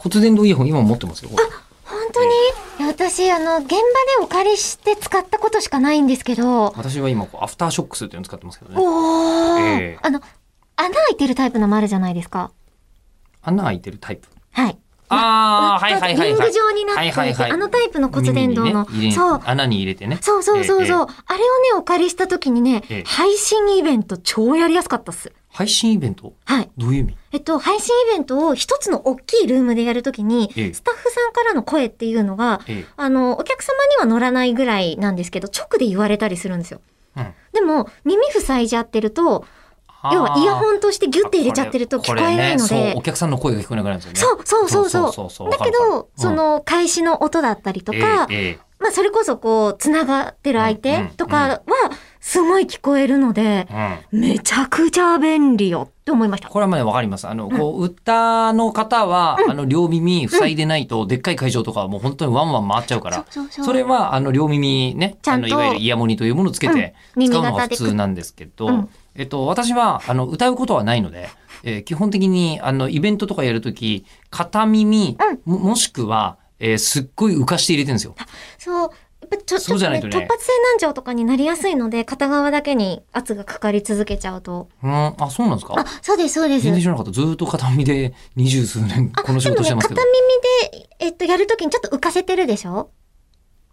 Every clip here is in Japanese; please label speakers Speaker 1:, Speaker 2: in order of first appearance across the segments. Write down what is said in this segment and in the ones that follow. Speaker 1: 骨伝導イヤホン今も持ってますよ。これ
Speaker 2: 本当にいや私、あの、現場でお借りして使ったことしかないんですけど、
Speaker 1: 私は今こう、アフターショックスっていうの使ってますけどね。
Speaker 2: おー、
Speaker 1: ええ
Speaker 2: あの、穴開いてるタイプのもあるじゃないですか。
Speaker 1: 穴開いてるタイプ。
Speaker 2: はい。
Speaker 1: ああ、は
Speaker 2: 輪
Speaker 1: い
Speaker 2: っか
Speaker 1: はいはい
Speaker 2: リン
Speaker 1: は
Speaker 2: グ
Speaker 1: い。
Speaker 2: 状になっていて、
Speaker 1: はいはいはい
Speaker 2: あのタイプの骨伝導の、
Speaker 1: 耳にね入れ
Speaker 2: そう、
Speaker 1: 穴に入れてね。
Speaker 2: そうそうそ
Speaker 1: え
Speaker 2: うそう、
Speaker 1: えええ
Speaker 2: あれをね、お借りした時にね、
Speaker 1: ええ
Speaker 2: 配信イベント超やりやすかったっす。
Speaker 1: 配信イベント
Speaker 2: はい。
Speaker 1: どういう意味
Speaker 2: えっと、配信イベントを一つの大きいルームでやるときに、
Speaker 1: ええ
Speaker 2: スタッフさんからの声っていうのが、
Speaker 1: え
Speaker 2: あの、お客様には乗らないぐらいなんですけど、直で言われたりするんですよ。
Speaker 1: え。うん。
Speaker 2: でも、耳塞いじゃってると、要はイヤホンとしてギュッて入れちゃってると聞こえないの
Speaker 1: これね
Speaker 2: で
Speaker 1: そう、お、客さんの声が聞こえなくなるんですよね。
Speaker 2: そうそうそうそう
Speaker 1: そうそうそう
Speaker 2: だけ
Speaker 1: わ
Speaker 2: ど、
Speaker 1: かる
Speaker 2: その、開始の音だったりとか、
Speaker 1: ええええ
Speaker 2: まあ、それこそこう、つながってる相手とかは、すごい聞こえるので、
Speaker 1: うん。
Speaker 2: めちゃくちゃ便利よって思いました。
Speaker 1: これはまあわかります。あの、こう、歌の方は、あの、両耳塞いでないと、でっかい会場とかはもう本当にワンワン回っちゃうから、
Speaker 2: そうそうそう
Speaker 1: それは、あの、両耳ね、
Speaker 2: ちゃ
Speaker 1: あ
Speaker 2: んと
Speaker 1: の、いわゆるイヤモニというものをつけて、
Speaker 2: うん
Speaker 1: 使うの
Speaker 2: 耳
Speaker 1: が
Speaker 2: 型
Speaker 1: 普
Speaker 2: で
Speaker 1: 通なんですけ
Speaker 2: う
Speaker 1: ど
Speaker 2: ん、
Speaker 1: えっと、私は、あの、歌うことはないので、えー基本的に、あの、イベントとかやるとき、片耳、ももしくは、えーすっごい浮かして入れてるんですよ。
Speaker 2: そう。やっぱちょ
Speaker 1: そうじゃないとね
Speaker 2: ちょっと突発性難聴とかになりやすいので、片側だけに圧がかかり続けちゃうと。
Speaker 1: うん、あ、そうなんです
Speaker 2: あ
Speaker 1: か、
Speaker 2: そうです、そうです。
Speaker 1: 全然知らなかった。ずーっと片耳で二十数年、
Speaker 2: あ、
Speaker 1: この仕事してますけど
Speaker 2: でも。ね、片耳で、えっと、やるときにちょっと浮かせてるでしょ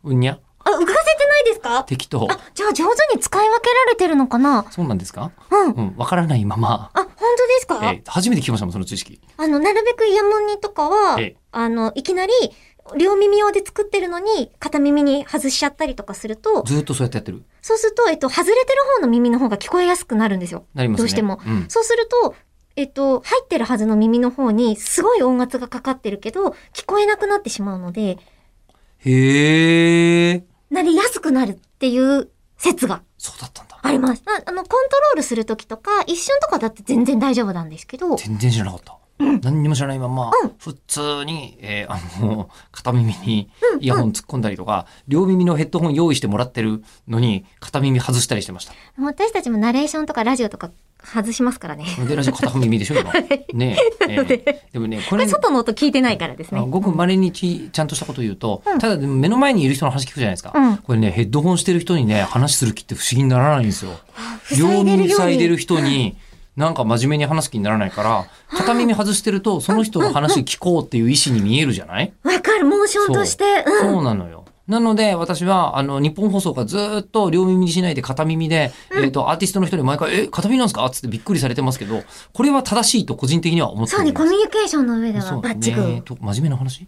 Speaker 1: うんにゃ
Speaker 2: あ、浮かせてないですか
Speaker 1: 適当。
Speaker 2: あ、じゃあ上手に使い分けられてるのかな
Speaker 1: そうなんですか
Speaker 2: うん。あ、
Speaker 1: うん、わからないまま、
Speaker 2: 本当です
Speaker 1: えー
Speaker 2: か
Speaker 1: 初めて聞きましたもん、その知識。
Speaker 2: あの、なるべくイヤモニとかは
Speaker 1: ええ、
Speaker 2: あの、いきなり、両耳用で作ってるのに、片耳に外しちゃったりとかすると、
Speaker 1: ずーっとそうやってやってる。
Speaker 2: そうすると、えっと、外れてる方の耳の方が聞こえやすくなるんですよ。
Speaker 1: なりますね。
Speaker 2: どうしても
Speaker 1: うん。
Speaker 2: そうすると、えっと、入ってるはずの耳の方にすごい音圧がかかってるけど、聞こえなくなってしまうので、
Speaker 1: へえ。
Speaker 2: なりやすくなるっていう説が
Speaker 1: そうだったんだ。
Speaker 2: あります。ああの、コントロールするときとか、一瞬とかだって全然大丈夫なんですけど、
Speaker 1: 全然知らなかった。何にも知らないまま、
Speaker 2: うん
Speaker 1: 普通に、えーあの、片耳にイヤホン突っ込んだりとか、両耳のヘッドホン用意してもらってるのに、片耳外したりしてま した。
Speaker 2: 私たちもナレーションとかラジオとか外しますからね。
Speaker 1: で、ラジオ片耳でしょ、今。ねえ。え
Speaker 2: なので
Speaker 1: ーでもね、こ
Speaker 2: こ
Speaker 1: れ
Speaker 2: れ、外の音聞いてないからです
Speaker 1: あ
Speaker 2: ね。
Speaker 1: ごく稀にちちゃんとしたこと言うと、
Speaker 2: うん
Speaker 1: ただでも目の前にいる人の話聞くじゃないですか、
Speaker 2: うん
Speaker 1: これねヘッドホンしてる人にね話する気って不思議にならないんですよ
Speaker 2: 塞
Speaker 1: 両
Speaker 2: いでるように
Speaker 1: 耳塞いでる人になんか真面目に話す気にならないから片耳外してるとその人の話聞こうっていう意思に見えるじゃない、
Speaker 2: わかる、モーションとして。うん。
Speaker 1: そうなのよなので私はあの日本放送がずーっと両耳にしないで片耳で、えー、とアーティストの人に毎回「え片耳なんですか?」っつってびっくりされてますけどこれは正しいと個人的には思って
Speaker 2: そうね、
Speaker 1: ま
Speaker 2: コ
Speaker 1: す
Speaker 2: ミュニケーションの上では
Speaker 1: そう
Speaker 2: バッチグー。
Speaker 1: ねと真面目な話